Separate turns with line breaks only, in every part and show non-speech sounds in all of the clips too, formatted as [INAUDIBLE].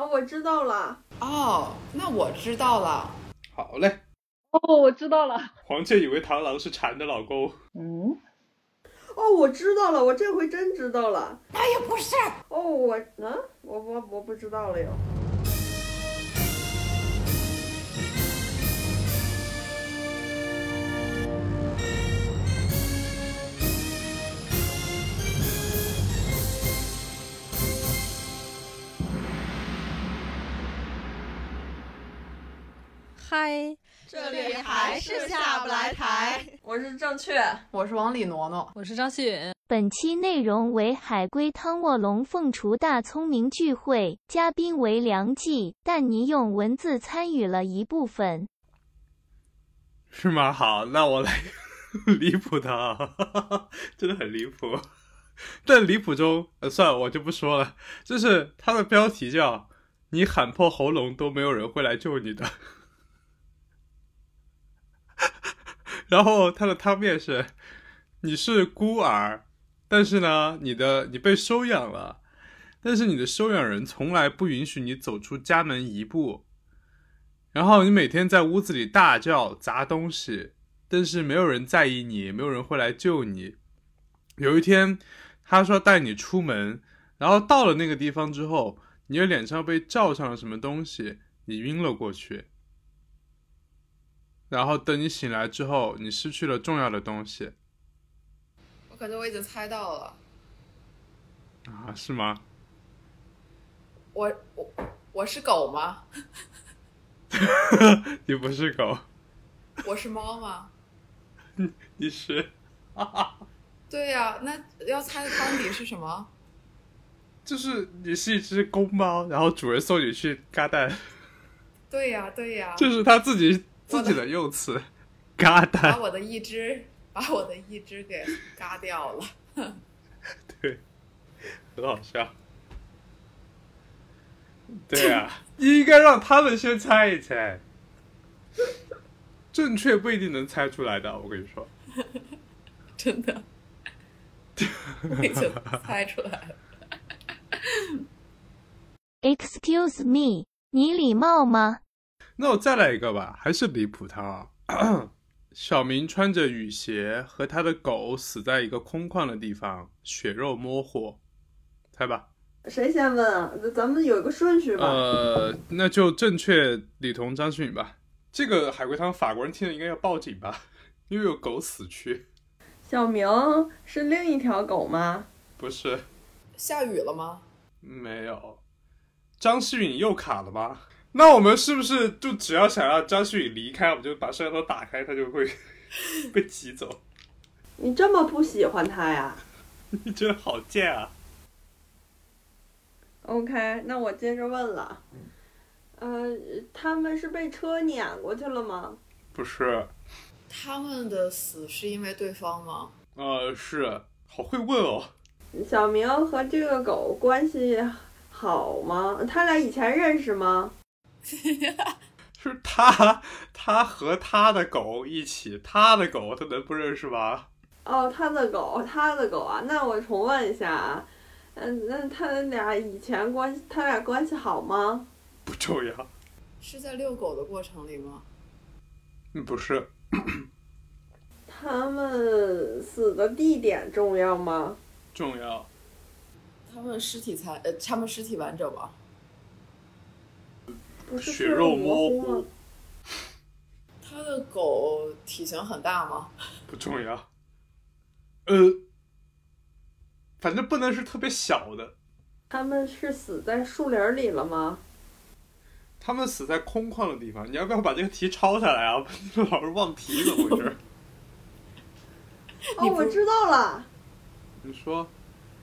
哦我知道了。
哦，那我知道了。
好嘞，
哦，我知道了。
黄雀以为螳螂是蝉的老公，
嗯，
哦，我知道了，我这回真知道了。
那哎也不是，
哦，我嗯，我我我不知道了又。
嗨，
这里还是下不来台。
[LAUGHS]
我是正确，
我是往里挪挪。
我是张希允。
本期内容为海龟汤卧龙凤雏大聪明聚会，嘉宾为梁记，但你用文字参与了一部分。
是吗？好，那我来 [LAUGHS] 离谱的啊， [LAUGHS] 真的很离谱。但离谱中，呃，算了，我就不说了。就是它的标题叫“你喊破喉咙都没有人会来救你的”， [LAUGHS] 然后它的汤面是“你是孤儿，但是呢，你的你被收养了，但是你的收养人从来不允许你走出家门一步。”然后你每天在屋子里大叫砸东西，但是没有人在意你，没有人会来救你。有一天，他说带你出门，然后到了那个地方之后，你的脸上被罩上了什么东西，你晕了过去。然后等你醒来之后，你失去了重要的东西
我感觉我已经猜到了。
啊？是吗？
我我我是狗吗？
你不是狗，
我是猫吗？
你是，
对呀、那要猜的汤底是什么？
就是你是一只公猫，然后主人送你去嘎蛋，
对呀、对呀、
这是他自己
我
自
的
己的用词，嘎蛋
把。我的一只把我的一只给嘎掉了。
[LAUGHS] 很好笑。对啊， [LAUGHS] 应该让他们先猜一猜，正确不一定能猜出来的。我跟你说，
真的，我已经猜出来了。
Excuse me，你礼貌吗？
那我再来一个吧，还是离谱他啊。 [CLEARS THROAT] 小明穿着雨鞋和他的狗死在一个空旷的地方，血肉模糊。猜吧，
谁先问啊？咱们有一个顺序吧。
呃，那就正确李彤、张馨予吧。这个海龟汤法国人听了应该要报警吧，因为有狗死去，
小明是另一条狗吗？
不是。
下雨了吗？
没有，张馨予你又卡了吗？那我们是不是就只要想让张馨予离开，我们就把摄像头打开，他就会 [LAUGHS] 被挤走？
你这么不喜欢它呀
你真的好贱啊！
？OK，那我接着问了。呃，他们是被车碾过去了吗？
不是，
他们的死是因为对方吗？ [LAUGHS]
呃，是，好会问哦。
小明和这个狗关系好吗？他俩以前认识吗？
是他，他和他的狗一起，他的狗他能不认识吗？
哦，他的狗，他的狗啊。那我重问一下啊，嗯，那他俩以前关系，他俩关系好吗？
不重要，
是在遛狗的过程里吗？
嗯不是，
他们死的地点重要吗？
重要，
他们尸体残呃，他们尸体完整吗？
不是
血肉模
糊吗
糊，
他的狗体型很大吗？
不重要。呃，反正不能是特别小的。
他们是死在树林里了吗？
他们死在空旷的地方。你要不要把这个题抄下来啊？ [LAUGHS] 老是忘题，怎么回事？
哦，
你不
我知道了，
你说，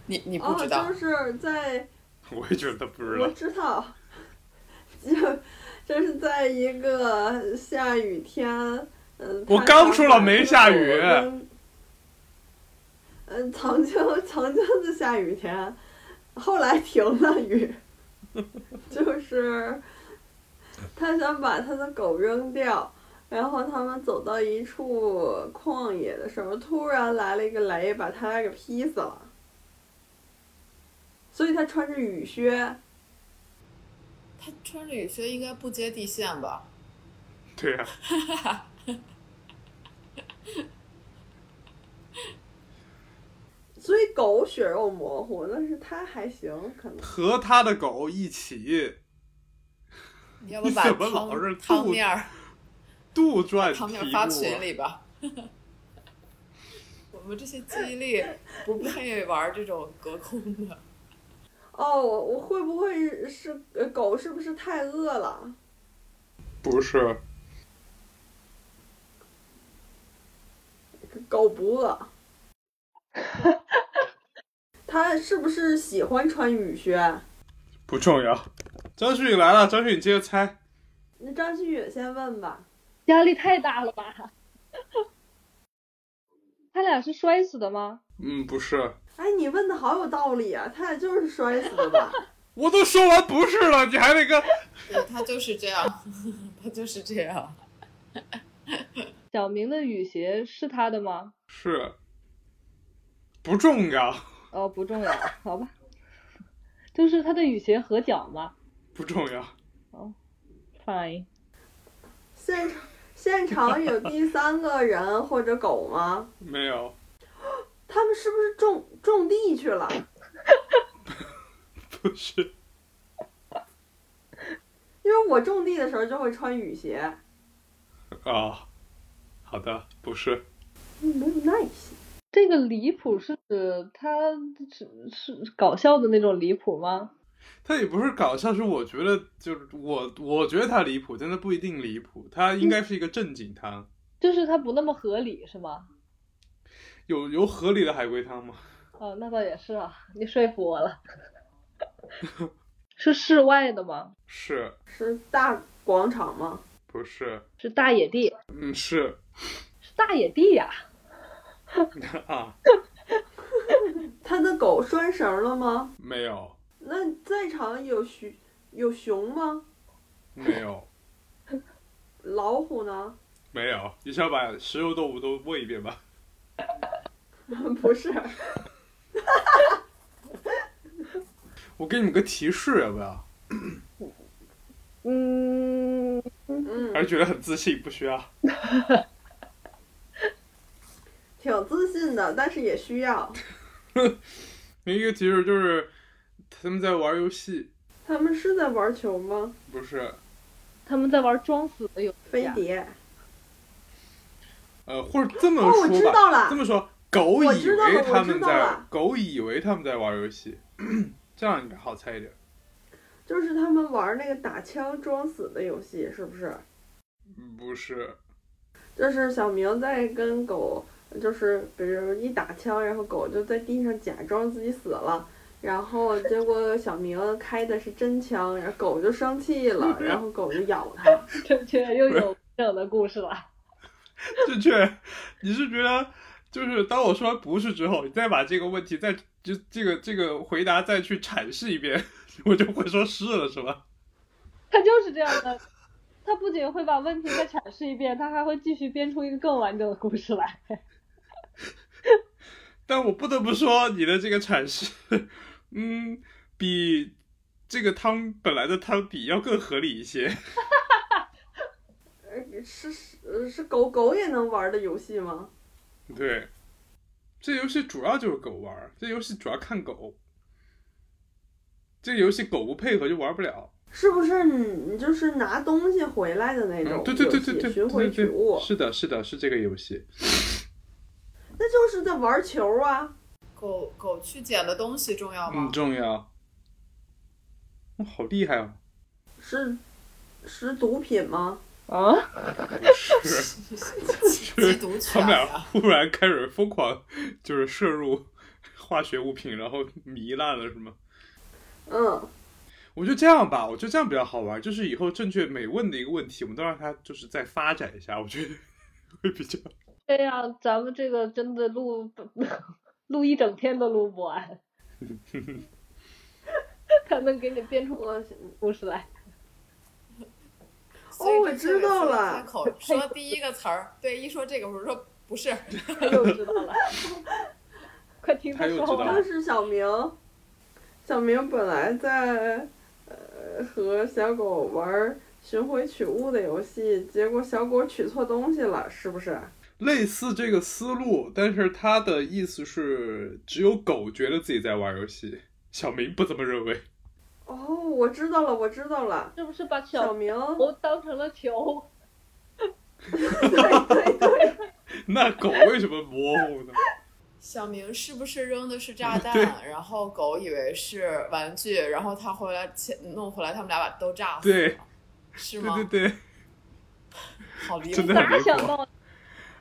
你你不
哦，
知道？
就是在，
我也觉得不知
我
道。
知道，就这是在一个下雨天，嗯，
我
他
刚说了没下雨
想把这个狗扔嗯，曾经曾经的下雨天，后来停了雨， [LAUGHS] 就是他想把他的狗扔掉，然后他们走到一处旷野的时候，突然来了一个雷，把他俩给劈死了。所以他穿着雨靴，
他穿着雨靴应该不接地线吧？
[LAUGHS]
对呀、
所以狗血肉模糊，但是它还行，可能
和他的狗一起
你要不把
你怎么老是
汤汤面
[LAUGHS]
儿
杜撰
汤面儿
题
发
目
群
啊。
里吧？ [LAUGHS] 我们这些记忆力不配玩这种隔空
[LAUGHS]
的。
哦，我我会不会是呃狗是不是太饿了？
不是，
狗不饿。 [LAUGHS] 它是不是喜欢穿雨靴？
不重要。张旭宇来了，张旭宇你接着猜。
那张馨予先问吧。
压力太大了吧？ [LAUGHS] 他俩是摔死的吗？
嗯，不是，
哎，你问的好有道理啊，他俩就是摔死的吧？ [LAUGHS]
我都说完不是了，你还那个
对他就是这样， [LAUGHS] 他就是这样。
小明的雨鞋是他的吗？
是不重要，
哦，不重要，好吧。就是他的雨鞋合脚吗
不重要。
？Fine。
现场现场有第三个人或者狗吗？
没有，
他们是不是种种地去了？
不是，
因为我种地的时候就会穿雨鞋。
啊、好的，不是，
嗯，nice。
这个离谱是指他是是搞笑的那种离谱吗？
他也不是搞笑，是我觉得就是我，我觉得他离谱，但他不一定离谱，他应该是一个正经汤。
就是他不那么合理是吗？
有有河里的海龟汤吗？
哦，那倒也是啊，你说服我了。是室外的吗？
[LAUGHS] 是
是大广场吗？
不是？
是大野地？
嗯，是
是大野地呀、
啊，
他的狗拴绳了吗？
没有，
那在场有熊有熊吗？
没有，
老虎呢？ [LAUGHS]
没有。你是要把石油动物都问一遍吧？
不是，
[LAUGHS] 我给你们个提示，要不要？
嗯，
嗯
还，是觉得很自信，不需 [LAUGHS] 要。
挺自信的，但是也需要。
一个提示就是他们在玩游戏，
他们是在玩球吗？
不是？
他们在玩装死的游戏
飞
啊、
碟。
呃，或者这么
哦，我
说
知
吧，
道了
这。么说，狗
我
以
知道了
为
我
他
知
们
道
在
了，
狗以为他们在玩游戏， [CLEARS THROAT] 这样应该好猜一点。
就是他们玩那个打枪装死的游戏，是不是？
嗯不是，
就是小明在跟狗，就是比如一打枪，然后狗就在地上假装自己死了，然后结果小明开的是真枪，然后狗就生气了，然后狗就咬他。
正确又有完整的故事了。 [LAUGHS]
正确，你是觉得就是当我说完不是之后，你再把这个问题再就这个这个回答再去阐释一遍， [LAUGHS] 我就会说是了，是吧？
他就是这样的，他不仅会把问题再阐释一遍，他还会继续编出一个更完整的故事来。
但我不得不说，你的这个阐释，嗯，比这个汤本来的汤底要更合理一些。
呃是是呃是狗狗也能玩的游戏吗？
对，这游戏主要就是狗玩儿，这游戏主要看狗。这游戏狗不配合就玩不了。
是不是你你就是拿东西回来的那种
嗯，
游戏？
对对对对对
寻
对
回取物
对，，是的，是的，是这个游戏。
那就是在玩球啊。
狗狗去捡的东西重要吗
嗯，？重要。哇，好厉害哦！
是是毒品吗？
啊，
不是，
[LAUGHS] 缉毒
[LAUGHS] 他
犬啊
们俩
呀，
忽然开始疯狂，就是摄入 [LAUGHS] 化学物品，然后糜烂了，是吗？
嗯，
我觉得这样吧，我觉得这样比较好玩，就是以后正确每问的一个问题，我们都让它就是再发展一下，我觉得 [LAUGHS] 会比较
这样咱们这个真的录录一整天都录不完。他能给你编出
我
故事来，
所
[LAUGHS]
以
哦我
这
知
次每次
道了
开口说第一个词儿，对，一说这个，我说不是，
又知道了。快听
他
他
又知
说
道
完
了。
当时小明，小明本来在呃和小狗玩寻回取物的游戏，结果小狗取错东西了，是不是？
类似这个思路，但是他的意思是，只有狗觉得自己在玩游戏，小明不这么
[LAUGHS]
认为。
哦，我知道了，我知道了，
是不是把
小
小
明，
球当成了球？
对对对，
那狗为什么模糊呢？
小明是不是扔的是
嗯
炸弹？然后狗以为是玩具，然后他回来切弄回来，他们俩把都炸死
对
了， [LAUGHS] 是吗？
对对对，
好离谱！啊
真的
哪
很离
想
谱。
到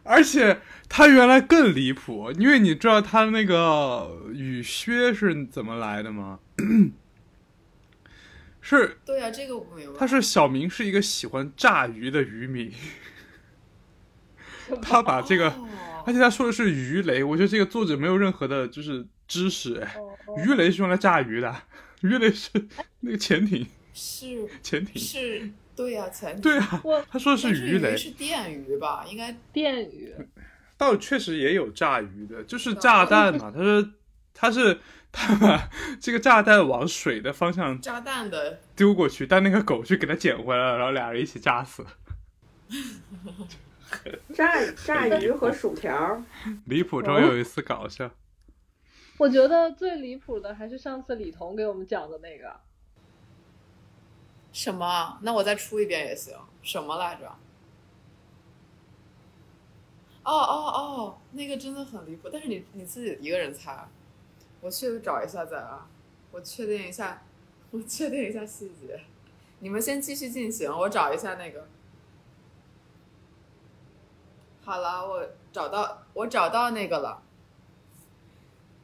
而且他原来更离谱，因为你知道他那个雨靴是怎么来
[CLEARS THROAT]
的吗？是，
对呀、这个我不明白。
他说小明是一个喜欢炸鱼的
[LAUGHS]
渔民，他把这个。
哦
而且他说的是鱼雷，我觉得这个作者没有任何的就是知识，哎
哦哦
鱼雷是用来炸鱼的， [LAUGHS] 鱼雷是那个潜艇，
是
潜艇。
是，对呀、前
对啊
我，
他说的是
但
鱼
鱼
雷，
是电鱼吧？应该
电鱼，
倒确实也有炸鱼的，就是炸弹嘛，他说他是他把 [LAUGHS] 这个炸弹往水的方向
炸弹的
丢过去，但那个狗去给它捡回来了，然后俩人一起炸死了，
炸炸鱼和薯条，
离谱中有一丝搞笑。
我觉得最离谱的还是上次李彤给我们讲的那个，
什么？啊那我再出一遍也行。什么来着？哦哦哦，那个真的很离谱，但是你你自己一个人猜，啊我去找一下再啊，我确定一下，我确定一下细节。你们先继续进行，我找一下那个。好了，我找到我找到那个了，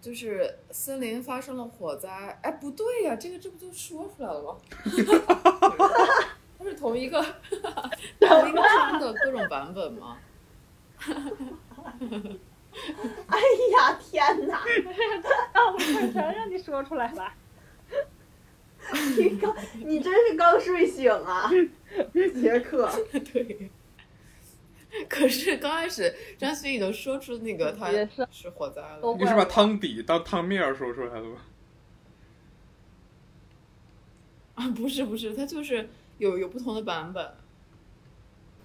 就是森林发生了火灾。哎，不对呀、这个这不就说出来了吗？它是同一
[LAUGHS]
个同一个章的各种版本吗？
[LAUGHS] 哎呀，天哪！
啊，我全让你说出来了。
你刚，你真是刚睡醒啊！
杰克，
对。可是刚开始张馨予都说出那个他
也是
是火灾了
都，
你是把汤底当汤面儿说出来了吗？
啊，不是不是，它就是有有不同的版本。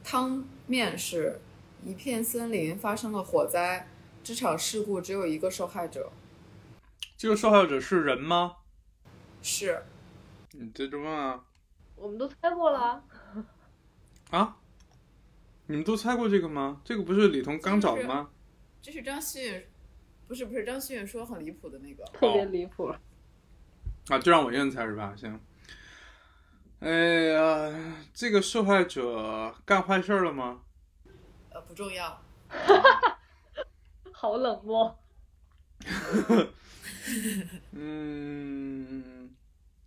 汤面是一片森林发生了火灾，这场事故只有一个受害者，
这个受害者是人吗？
是
你这中啊
我们都猜过了，
啊！你们都猜过这个吗？这个不是李彤刚找的吗？
这是张馨予，不是不是张馨予说很离谱的那个，
特别离谱。
啊，就让我一人猜是吧？行。哎呀，这个受害者干坏事儿了吗？
呃不重要，
好冷漠。
嗯，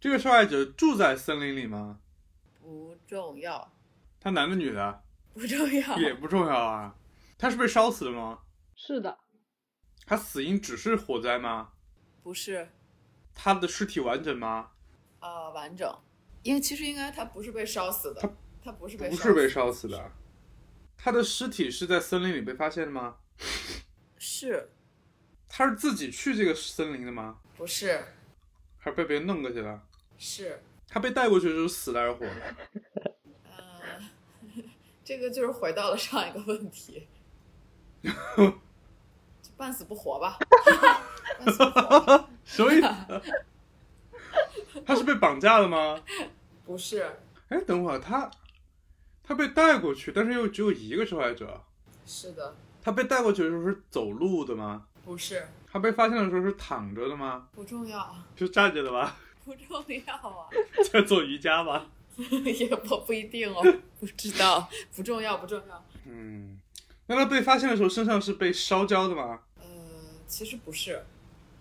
这个受害者住在森林里吗？
不重要，
他男的女的
不重要，
也不重要啊。他是被烧死的吗？
是的，
他死因只是火灾吗？
不是
他的尸体完整吗？
呃完整，因为其实应该他不是被烧死的，他不是被
不
烧
是被
死
烧死的。他的尸体是在森林里被发现的吗？
是
他是自己去这个森林的吗？
不是
还是被别人弄过去的？
是
他被带过去就是死的还是活的？
呃，这个就是回到了上一个问题，就半死不活吧，半死不活吧
什 [LAUGHS] 么意思？他是被绑架了吗？
不是
哎，等会儿他他被带过去，但是又只有一个受害者。
是的
他被带过去的时候是走路的吗？
不是
他被发现的时候是躺着的吗？
不重要啊
是站着的吧？
不重要啊，
[LAUGHS]
[LAUGHS]
在做瑜伽吧？
也不不一定哦，不知道不重要不重要，
嗯，那他被发现的时候身上是被烧焦的吗？
呃其实不是。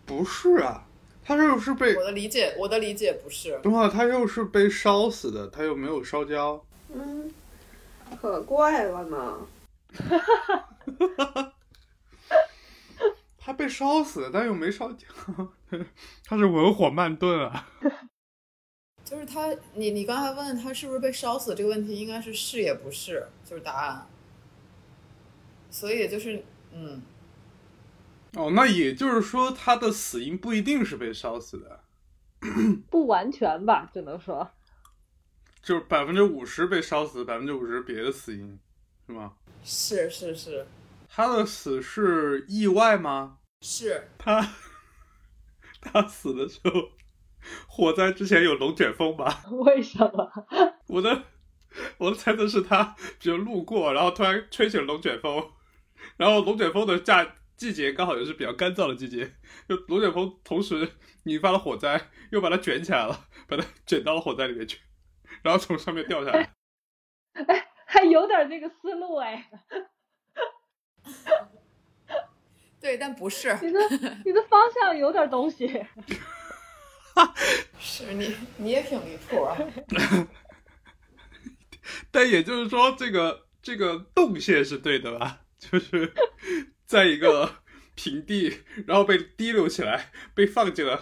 不是啊，他又是被
我的理解，我的理解不是，
等会儿他又是被烧死的，他又没有烧焦。
嗯，可怪了呢。
他被烧死的，但又没烧焦， [LAUGHS] 他是文火慢炖啊！
就是他，你你刚才问他是不是被烧死这个问题，应该是是也不是，就是答案。所以就是，嗯，
哦，那也就是说，他的死因不一定是被烧死的。
不完全吧，只能说
就是百分之五十被烧死，百分之五十别的死因，是吗？
是是是
他的死是意外吗？
是，
他他死的时候，火灾之前有龙卷风吧？
为什么？
我的我的猜测是他比如路过，然后突然吹起了龙卷风，然后龙卷风的价季节刚好也是比较干燥的季节，就龙卷风同时引发了火灾，又把它卷起来了，把它卷到了火灾里面去，然后从上面掉下来。
还有点这个思路哎，
对，但不是，
你的你的方向有点东西。
是你你也挺离谱啊。
但也就是说，这个这个动线是对的吧？ [LAUGHS] 就是在一个平地，然后被提溜起来，被放进了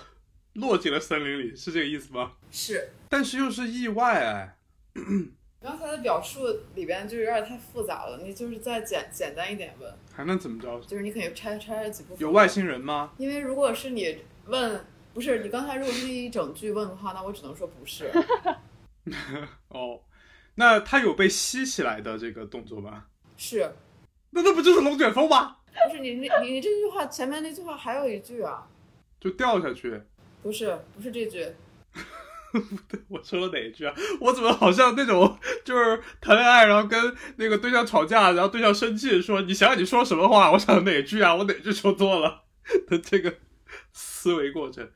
落进了森林里，是这个意思吗？
是，
但是又是意外哎，
刚才的表述里边就有点太复杂了，你就是再简简单一点问，
还能怎么着？
就是你可以拆拆这几部分。
有外星人吗？
因为如果是你问，不是你刚才如果是一整句问的话，那我只能说不是。
哦，那他有被吸起来的这个动作吗？
是，
那那不就是龙卷风吗？
不是你那你你这句话前面那句话还有一句啊，
就掉下去。
不是不是这句，
我说了哪一句啊？我怎么好像那种就是谈恋爱，然后跟那个对象吵架，然后对象生气说：“你想想你说什么话？”我想哪句啊？我哪句说错了？ [LAUGHS] 的这个思维过程。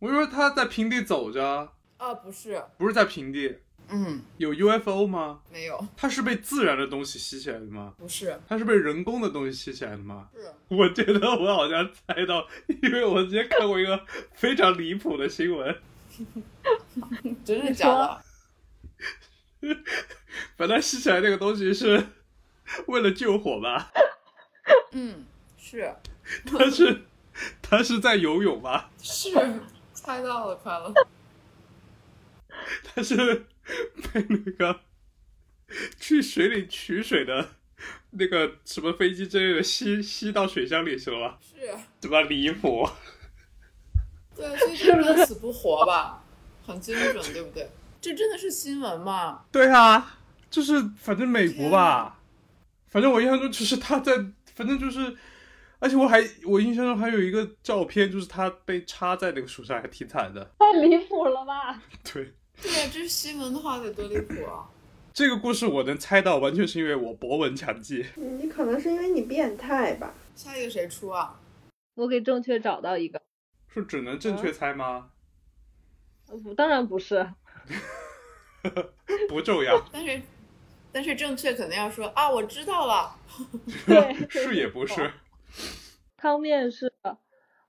我就说他在平地走着，
啊不是，
不是在平地。
嗯，
有 UFO 吗？
没有，
它是被自然的东西吸起来的吗？
不是
它是被人工的东西吸起来的吗？
是
我觉得我好像猜到，因为我之前看过一个非常离谱的新闻，
真的假的？
把它吸起来那个东西是为了救火吧？
嗯，是
他是他是在游泳吧？
是，猜到了，快乐。
他是被那个去水里取水的那个什么飞机之类的吸吸到水箱里去了吧？
是，
怎么离谱？
对，所以这个不死不活吧，很精准，对不对？这真的是新闻吗？
对啊，就是反正美国吧，反正我印象中就是他在，反正就是，而且我还我印象中还有一个照片，就是他被插在那个树上，还挺惨的。
太离谱了吧！
对，
对呀，这是新闻的话得多离谱啊！
这个故事我能猜到，完全是因为我博闻强记。
你可能是因为你变态吧？
下一个谁出啊？
我给正确找到一个，
是只能正确猜吗？
呃不，当然不是， [LAUGHS]
不重要，
但是，但是正确肯定要说啊，我知道了。
[LAUGHS] 对
是也不
哦
是。
汤面是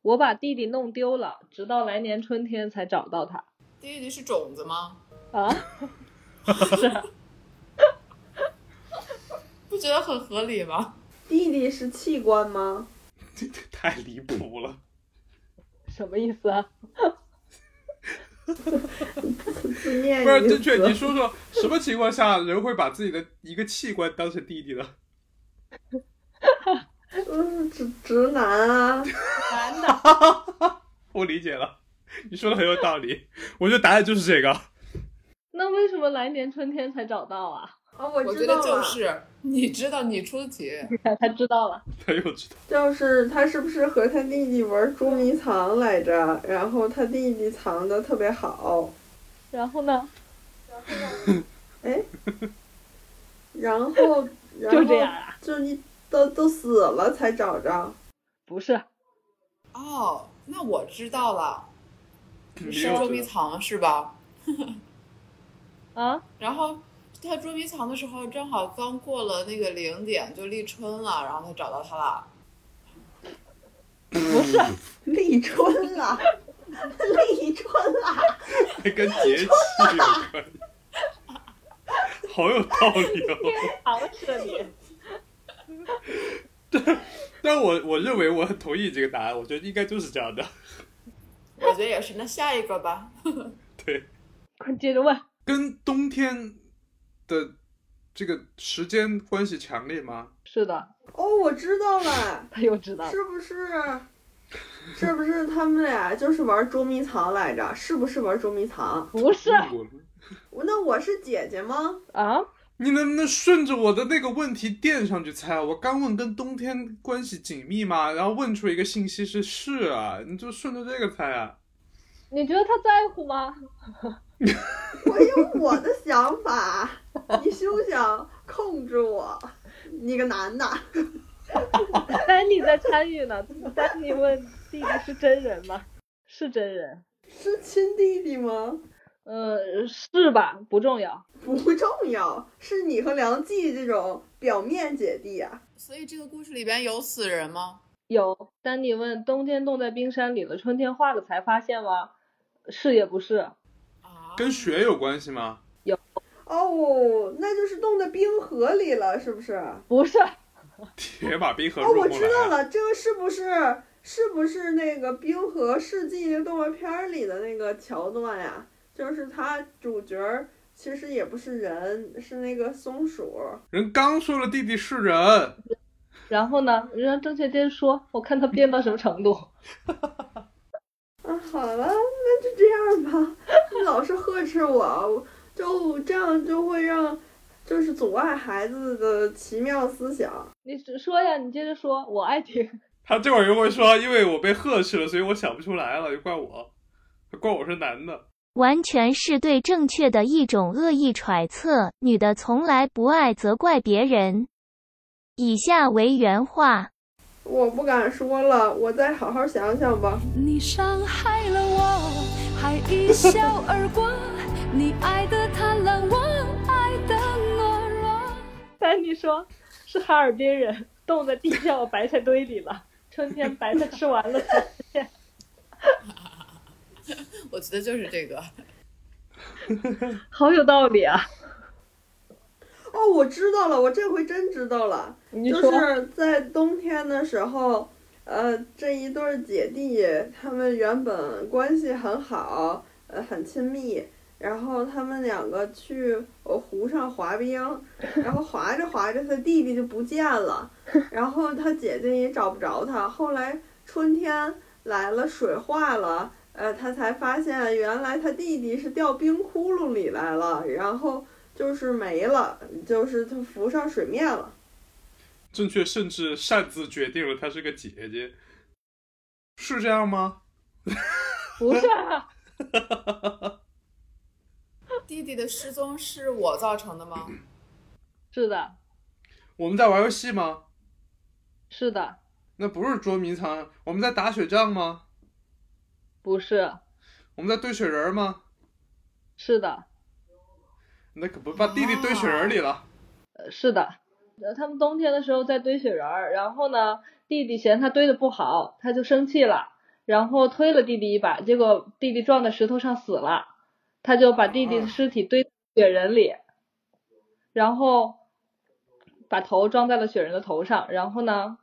我把弟弟弄丢了，直到来年春天才找到他
第一题是种子吗？
啊，
不觉得很合理吗？
弟弟是器官吗？
这这 [LAUGHS] 太离谱了。
什么意思啊？
字面
不是
意
正确，你
思。
说说什么情况下人会把自己的一个器官当成弟弟的？
嗯，直直男啊，
男的，
[LAUGHS] 我理解了，你说的很有道理。我觉得答案就是这个。
那为什么来年春天才找到啊？ [LAUGHS]
哦，我
我
知
觉
道
得
了，
就是你知道你出题，
他知道了，
他又知道，
就是他是不是和他弟弟玩捉迷藏来着？然后他弟弟藏的特别好，
然后呢？
然 [LAUGHS] 后然后
就这样啊？
就一都都死了才找着。
不是，
哦，那我知道了，
你
是
又
捉
知
迷
道。
藏是吧？
啊，
然后他捉迷藏的时候，正好刚过了那个零点，就立春了，然后他找到他了。
不是，
[LAUGHS] 立春了，立春了，
跟节气有关，好有道理哦。
好扯你，
但我我认为我很同意这个答案，我觉得应该就是这样的。
我觉得也是。那下一个吧，
对，
[LAUGHS] 快接着问。
跟冬天的这个时间关系强烈吗？
是的，
哦，我知道了，
他又知道了，
是不是？是不是他们俩就是玩捉迷藏来着？是不是玩捉迷藏？
不是，
我
那我是姐姐吗？
啊？
你能不能顺着我的那个问题垫上去猜？啊我刚问跟冬天关系紧密吗？然后问出一个信息是是啊，你就顺着这个猜啊。
你觉得他在乎 [LAUGHS] 吗？
我有我的想 [LAUGHS] 法，你休想控制我。你个男的，
丹尼在参与呢。丹尼问弟弟是真人吗？是真人。
是亲弟弟吗？
呃，是吧？不重要。
不重要，是你和梁记这种表面姐弟啊。
所以这个故事里边有死人吗？
有丹尼问冬天冻在冰山里了，春天化了才发现吗？是也不是。
啊，
跟雪有关系吗？ [LAUGHS]
哦，那就是冻在冰河里了，是不是？哦，
不是，
铁把冰河入
我
木
知道
来。啊
了，这个是不是是不是那个《冰河世纪》那个动画片儿里的那个桥段呀？就是他主角儿其实也不是人，是那个松鼠。
人刚说了弟弟是人，
然后呢？让正确接着说，我看他编到什么程度。 [LAUGHS]
啊，好了，那就这样吧。 [LAUGHS] 你老是呵斥我，我就这样就会让，就是阻碍孩子的奇妙思想。
你只说呀，你接着说，我爱听。
他这会儿又会说，因为我被呵斥了，所以我想不出来了，就怪我，怪我是男的。
完全是对正确的一种恶意揣测。女的从来不爱责怪别人。以下为原话。
我不敢说了，我再好好想想吧。
你伤害了我，还一笑而过。你爱的贪婪，我爱的懦弱。
[LAUGHS] 丹尼说，是哈尔滨人，冻在地下我白菜堆里了。春天白菜吃完了才发现。
我觉得就是这个。
[LAUGHS] 好有道理啊！
哦，我知道了，我这回真知道了，
你
就
说，
是在冬天的时候，呃，这一对儿姐弟他们原本关系很好，呃，很亲密。然后他们两个去呃湖上滑冰，然后滑着滑着，他弟弟就不见
[LAUGHS]
了，然后他姐姐也找不着他。后来春天来了，水化了，呃，他才发现原来他弟弟是掉冰窟窿里来了，然后就是没了，就是他浮上水面了。
正确甚至擅自决定了她是个姐姐，是这样吗？
不是、啊， [LAUGHS]
弟弟的失踪是我造成的吗？
是的，
我们在玩游戏吗？
是的，
那不是捉迷藏，我们在打雪仗吗？
不是，
我们在堆雪人吗？
是的，
那可不把弟弟堆雪人里了。
呃是的。呃他们冬天的时候在堆雪人儿，然后呢，弟弟嫌他堆的不好，他就生气了，然后推了弟弟一把，结果弟弟撞在石头上死了，他就把弟弟的尸体堆雪人里，然后把头装在了雪人的头上，然后呢，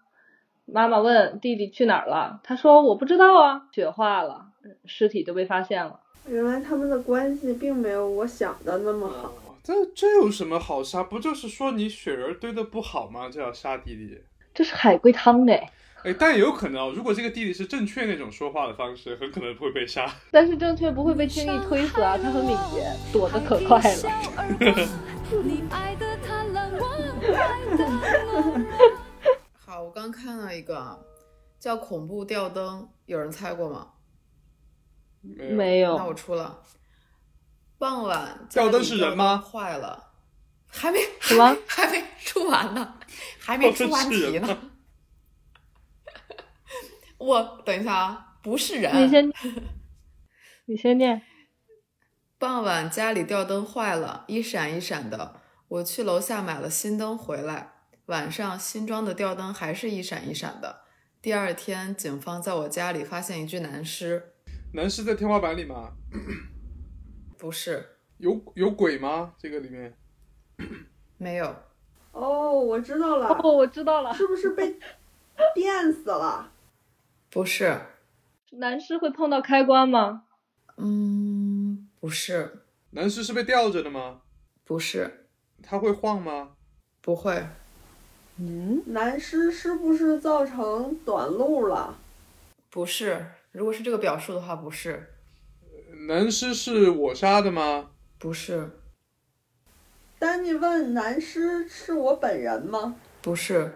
妈妈问弟弟去哪儿了，他说我不知道啊，雪化了，尸体就被发现了。
原来他们的关系并没有我想的那么好。
这这有什么好杀？不就是说你雪人堆的不好吗？就要杀弟弟？
这是海龟汤哎。
哎，但也有可能，哦，如果这个弟弟是正确那种说话的方式，很可能会被杀。
但是正确不会被轻易推死啊，他很敏捷，躲得可快
还一笑
了。
而过。你爱的贪婪，我爱的懦弱。 [LAUGHS]
好，我刚看到一个啊叫《恐怖吊灯》，有人猜过吗？
没有
那
没有，
我出了。傍晚
哦吊灯是人吗
家里吊灯坏了，还没
什么？
还没出完
[LAUGHS]
呢，还没出完题
哦吊灯是人
呢。 [LAUGHS] 我等一下啊，不是
你
人。 [LAUGHS]
先，你先念。
傍晚家里吊灯坏了，一闪一闪的。我去楼下买了新灯回来，晚上新装的吊灯还是一闪一闪的。第二天，警方在我家里发现一具男尸，
男尸在天花板里吗？
不是，
有有鬼吗？这个里面
没有，
哦，我知道了，
哦，我知道了，
是不是被电死了？
不是，
男士会碰到开关吗？
嗯，不是，
男尸是被吊着的吗？
不是，
他会晃吗？
不会，
嗯，
男尸是不是造成短路了？
不是。如果是这个表述的话，不是，
男尸是我杀的吗？
不是，
丹尼问男尸是我本人吗？
不是，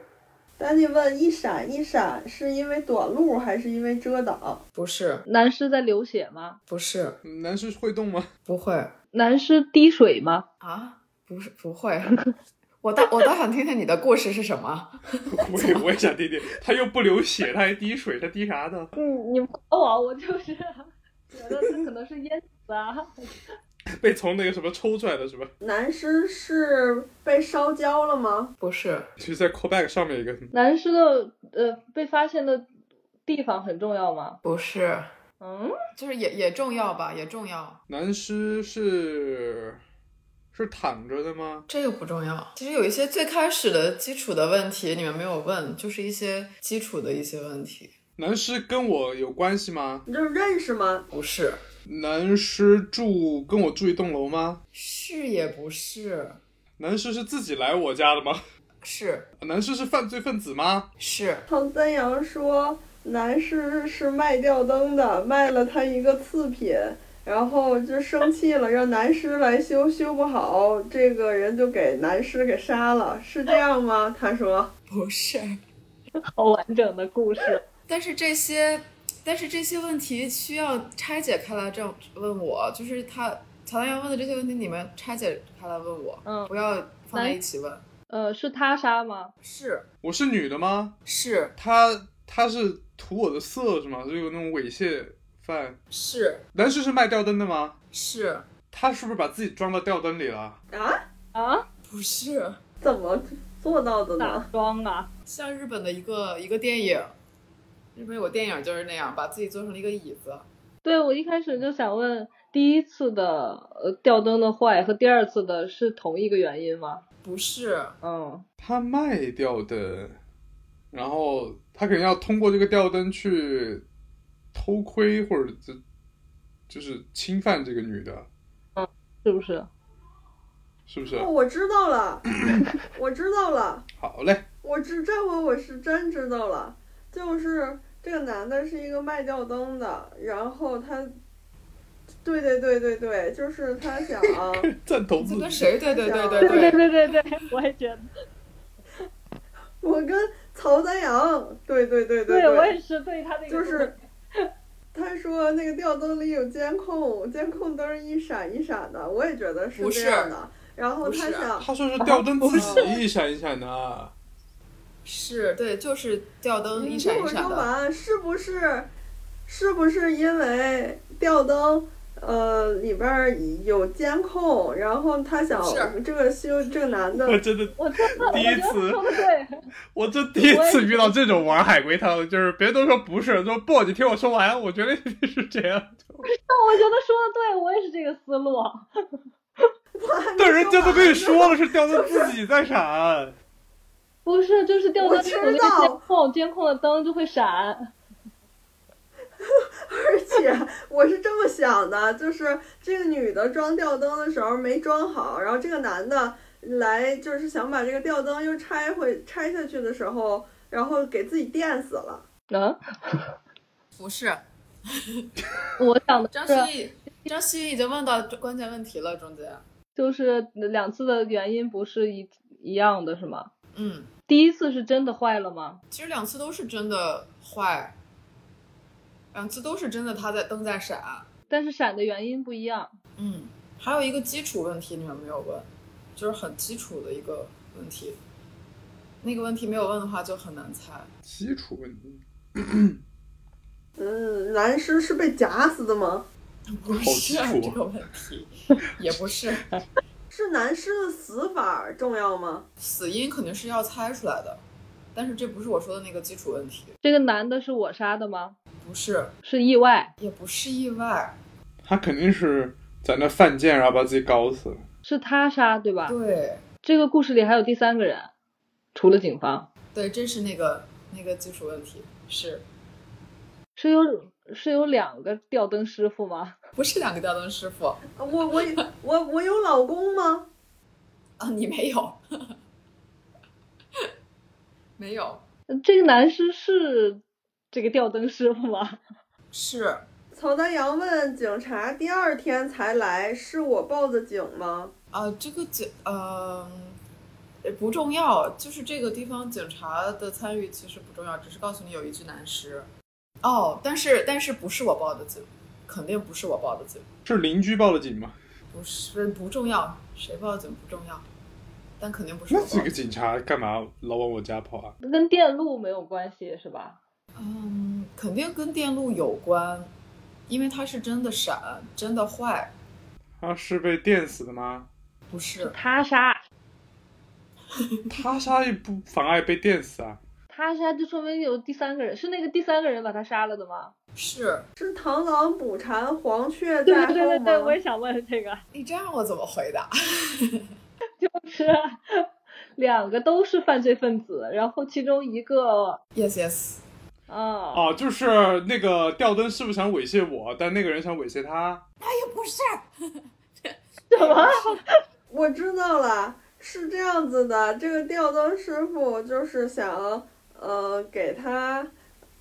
丹尼问一闪一闪是因为短路还是因为遮挡？
不是，
男尸在流血吗？
不是，
男尸会动吗？ [LAUGHS]
不会
男尸滴水吗？
啊，不是，不会。我倒我倒想听听你的故事是什么？
我也我也想听听，他又不流血，他还滴水，他滴啥呢？
嗯，你们搞我，我就是啊觉得这可能是淹死啊。
被从那个什么抽出来的是吧？
男尸是被烧焦了吗？
不是，
就是在 callback 上面一个，
男尸的呃被发现的地方很重要吗？
不是，
嗯，
就是也也重要吧，也重要。
男尸是是躺着的吗？
这个不重要。其实有一些最开始的基础的问题你们没有问，就是一些基础的一些问题。
男尸跟我有关系吗？
你就是认识吗？
不是，
男尸住跟我住一栋楼吗？
是也不是，
男尸是自己来我家的吗？
是
男尸是犯罪分子吗？
是
唐三阳说男尸是卖吊灯的，卖了他一个次品，然后就生气了，让男尸来修，修不好，这个人就给男尸给杀了，是这样吗？他说
不是？
好完整的故事。
但是这些，但是这些问题需要拆解开来这样问我，就是他曹丹阳问的这些问题，你们拆解开来问我，
嗯
不要放在一起问。
呃，是他杀吗？
是
我是女的吗？
是
他他是图我的色是吗？就有那种猥亵犯。
是
男尸是卖吊灯的吗？
是，
他是不是把自己装到吊灯里了？
啊，
啊，
不是？
怎么做到的
打
呢？
桩啊，
像日本的一个一个电影，日本有个电影就是那样，把自己做成了一个椅子。
对，我一开始就想问，第一次的呃吊灯的坏和第二次的是同一个原因吗？
不是，
嗯，
他卖吊灯，然后他肯定要通过这个吊灯去偷窥或者就就是侵犯这个女的，
是不是？
是不是？
哦，我知道了，我知道了。
好嘞，
我知这回我是真知道了，就是这个男的是一个卖吊灯的，然后他，对对对对对，就是他想
赞同
这
自
跟
己。
谁？对对对对
对对 [LAUGHS]
对，
对对对，我也觉得，
我跟曹丹阳，对对对
对我
对，
也是对他那个
就是他说那个吊灯里有监控，监控灯一闪一闪的，我也觉得是
不
这
是
样的。然后
不
他
是
想，
他啊说是吊灯自己一闪一闪的啊，
是对，就是吊
嗯
灯一
你
闪
听
一
我
闪
说
的。
完，是不是？是不是因为吊灯，呃，里边儿有监控，然后他想
是
这个修这个男的
我真的
我真的，我
第
觉
一
得
次
说的对，
我这第一次遇到这种玩海龟汤的，就是别人都说不是，说不，你听我说完，我觉得一定是这样。
我觉得说的对，我也是这个思路。
但人家都跟你说了是吊灯自己在闪，
不是，就是吊
我
灯里
知
有那
道
个监控，监控的灯就会闪。
而且我是这么想的，就是这个女的装吊灯的时候没装好，然后这个男的来就是想把这个吊灯又拆回拆下去的时候，然后给自己电死了。
嗯，
不是，
我想的
张
是，
希怡，张希怡已经问到关键问题了，中间。
就是两次的原因不是一一样的，是吗？
嗯，
第一次是真的坏了吗？
其实两次都是真的坏，两次都是真的他在灯在闪。
但是闪的原因不一样。
嗯，还有一个基础问题你们没有问，就是很基础的一个问题。那个问题没有问的话就很难猜。
基础问题，
嗯，男尸是被夹死的吗？
不是
好基础
这个问题，也不是
是男尸的死法重要吗？
死因肯定是要猜出来的，但是这不是我说的那个基础问题，
这个男的是我杀的吗？
不是，
是意外，
也不是意外，
他肯定是在那犯贱，然后把自己搞死了。
是他杀，对吧？
对
这个故事里还有第三个人，除了警方，
对，这是那个那个基础问题，是
是有是有两个吊灯师傅吗？
不是两个吊灯师傅
我我有我我有老公吗？
啊？你没有， [LAUGHS] 没有，
呃这个男尸是这个吊灯师傅吗？
是
曹曹丹阳问警察第二天才来，是我报的警吗？
啊，这个警，呃，呃不重要，就是这个地方警察的参与其实不重要，只是告诉你有一具男尸。哦，但是但是不是我报的警，肯定不是我报的警，
是邻居报的警吗？
不是不重要，谁报警不重要，但肯定不是我
那
报
几
的
个。警察干嘛老往我家跑啊？
跟电路没有关系是吧？
嗯，肯定跟电路有关，因为它是真的闪，真的坏，
他啊是被电死的吗？
不是
他杀，
他杀也不妨碍被电死啊。
他杀就说明有第三个人，是那个第三个人把他杀了的吗？
是。
是螳螂捕蝉，黄雀
对
在后吗？
对对对，我也想问这个，
你哎这样我怎么回答？
[LAUGHS] 就是两个都是犯罪分子，然后其中一个
Yes, yes，
啊，
啊，就是那个吊灯是不是想猥亵我？但那个人想猥亵他。
不是，
什么？
我知道了，是这样子的，这个吊灯师傅就是想，呃，给他，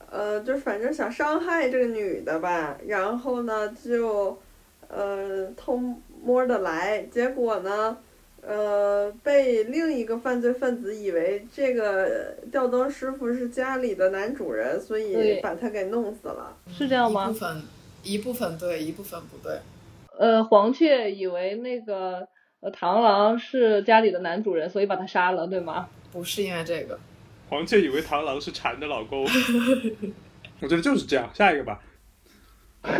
呃，就是反正想伤害这个女的吧，然后呢就，呃，偷摸的来，结果呢，呃，被另一个犯罪分子以为这个吊灯师傅是家里的男主人，所以
对
把他给弄死了。
是这样
一部
吗？
分一部分对，一部分不对。
呃，黄雀以为那个呃螳螂是家里的男主人，所以把他杀了，对吗？
不是因为这个，
黄雀以为螳螂是蝉的老 [LAUGHS] 公。我觉得就是这样，下一个吧。
啊，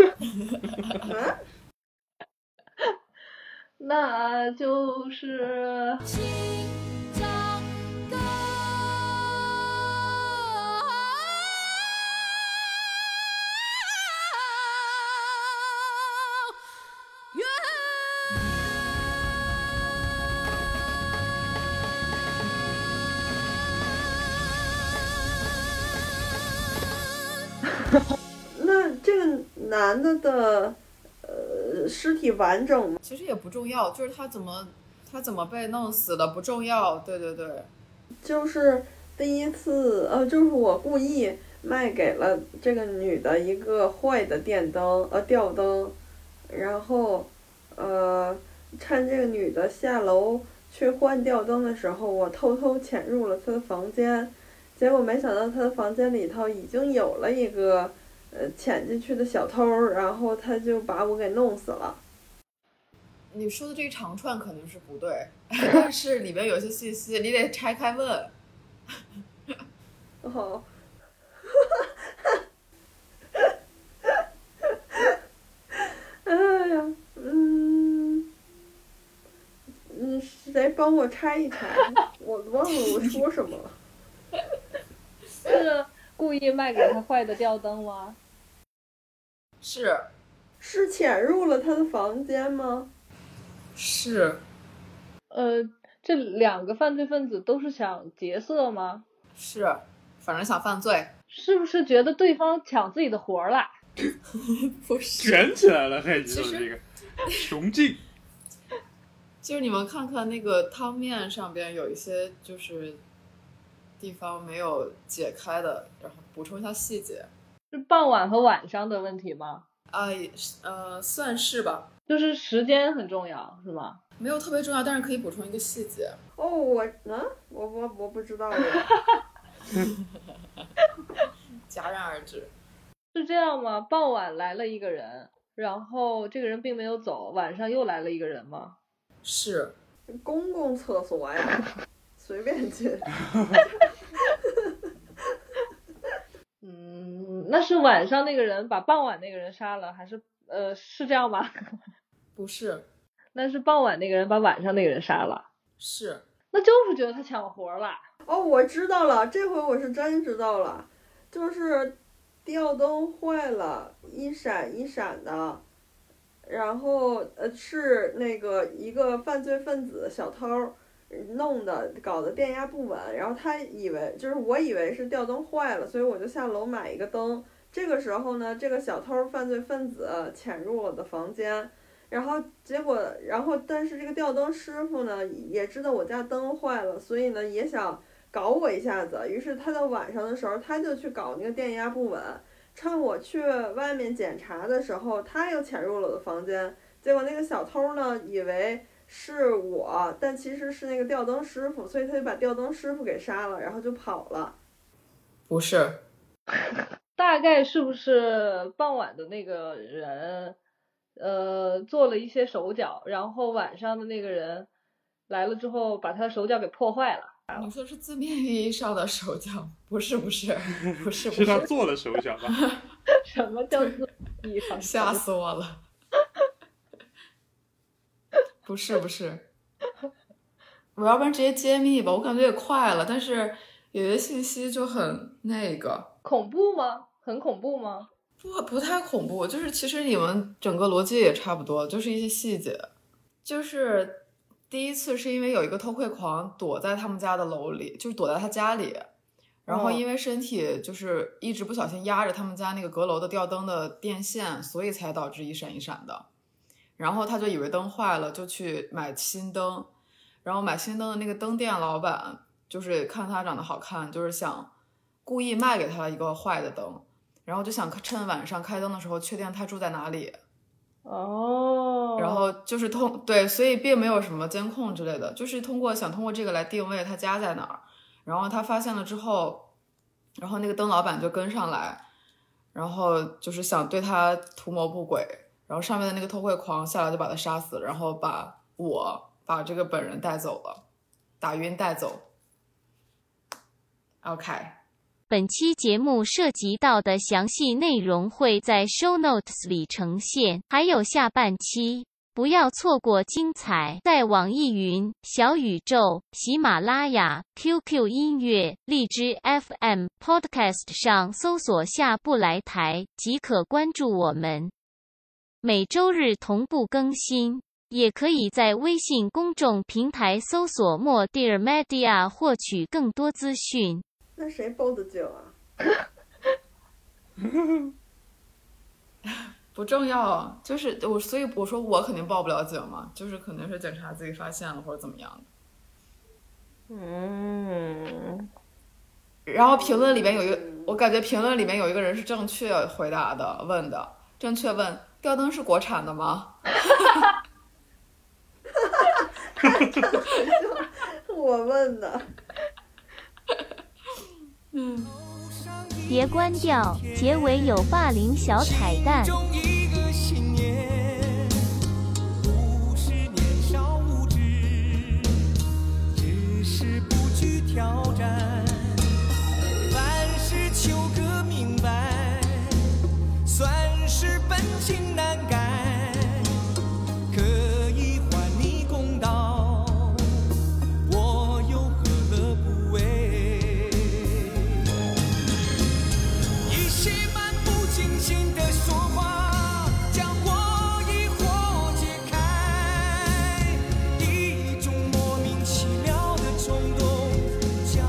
那就是
请长高。远
那这个男的的，呃，尸体完整吗？
其实也不重要，就是他怎么他怎么被弄死的不重要。对对对，
就是第一次，呃，就是我故意卖给了这个女的一个坏的电灯，呃，吊灯，然后，呃，趁这个女的下楼去换吊灯的时候，我偷偷潜入了她的房间，结果没想到她的房间里头已经有了一个，呃，潜进去的小偷儿，然后他就把我给弄死了。
你说的这一长串肯定是不对， [LAUGHS] 但是里面有些信息你得拆开问。
哦，哎呀，嗯，嗯，谁帮我拆一拆？我忘了我说什么了。
是故意卖给他坏的吊灯吗？
是
是潜入了他的房间吗？
是
呃，这两个犯罪分子都是想劫色吗？
是，反正想犯罪，
是不是觉得对方抢自己的活儿了？
不是。
卷起来了，嘿，你说
其实
这个雄竞
就是你们看看那个汤面上边有一些就是地方没有解开的，然后补充一下细节。
是傍晚和晚上的问题吗？
啊，也是呃，算是吧，
就是时间很重要，是吗？
没有特别重要，但是可以补充一个细节。
哦，我呢、我我我不知道呀。
戛然而止。
是这样吗？傍晚来了一个人，然后这个人并没有走，晚上又来了一个人吗？
是，
公共厕所呀，随便进。
嗯，那是晚上那个人把傍晚那个人杀了，还是呃是这样吗？ [LAUGHS]
不是，
那是傍晚那个人把晚上那个人杀了，
是
那就是觉得他抢活儿了。
哦，我知道了，这回我是真知道了，就是吊灯坏了，一闪一闪的，然后呃是那个一个犯罪分子小偷儿弄的，搞得电压不稳，然后他以为就是我以为是吊灯坏了，所以我就下楼买一个灯。这个时候呢，这个小偷儿犯罪分子潜入我的房间，然后结果，然后但是这个吊灯师傅呢，也知道我家灯坏了，所以呢也想搞我一下子。于是他到晚上的时候，他就去搞那个电压不稳，
趁我去外面检查的时候，他又潜入了我的房间。结果那个小偷呢，以为是我，但其实是那个吊灯师傅，所以他就把吊灯师傅给杀了，然后就跑了。
不是，
大概是不是傍晚的那个人，呃，做了一些手脚，然后晚上的那个人来了之后，把他的手脚给破坏了。
你说是字面意义上的手脚， [LAUGHS] 不是不是不是不
[LAUGHS] 是他
是，
做的手脚吧？
什么叫做意义
[LAUGHS]
上
吓死我了！ [LAUGHS] 不是不是，我要不然直接揭秘吧，我感觉也快了，但是有些信息就很那个。
[LAUGHS] 恐怖吗？很恐怖吗？
不不太恐怖，就是其实你们整个逻辑也差不多，就是一些细节。就是第一次是因为有一个偷窥狂躲在他们家的楼里，就是躲在他家里，然后
哦
因为身体就是一直不小心压着他们家那个阁楼的吊灯的电线，所以才导致一闪一闪的。然后他就以为灯坏了，就去买新灯。然后买新灯的那个灯店老板，就是看他长得好看，就是想故意卖给他一个坏的灯，然后就想趁晚上开灯的时候确定他住在哪里。
哦，
然后就是通对，所以并没有什么监控之类的，就是通过想通过这个来定位他家在哪儿。然后他发现了之后，然后那个灯老板就跟上来，然后就是想对他图谋不轨。然后上面的那个偷窥狂下来就把他杀死，然后把我把这个本人带走了，打晕带走。OK，
本期节目涉及到的详细内容会在 show notes 里呈现，还有下半期，不要错过精彩。在网易云、小宇宙、喜马拉雅、QQ 音乐、荔枝 FM、Podcast 上搜索“下不来台”即可关注我们，每周日同步更新。也可以在微信公众平台搜索“莫蒂尔 media” 获取更多资讯。
那谁报的警啊？ [LAUGHS]
不重要啊，就是我，所以我说我肯定报不了警嘛，就是肯定是警察自己发现了或者怎么样的。
嗯，
然后评论里面有一个，我感觉评论里面有一个人是正确回答的，问的正确问吊灯是国产的吗？ [LAUGHS]
我问的。 [LAUGHS]
别关掉，结尾有霸凌小彩蛋。
中一个信念，不是年少无知，只是不惧挑战，凡事求个明白，算是本性难改，可以还你公道，我又何乐不为？一些漫不经心的说话，将我疑惑解开。一种莫名其妙的冲动，叫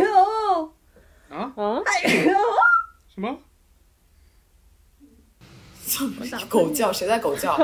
哦，
啊？
啊，
[LAUGHS] 什么？
狗叫，谁在狗叫？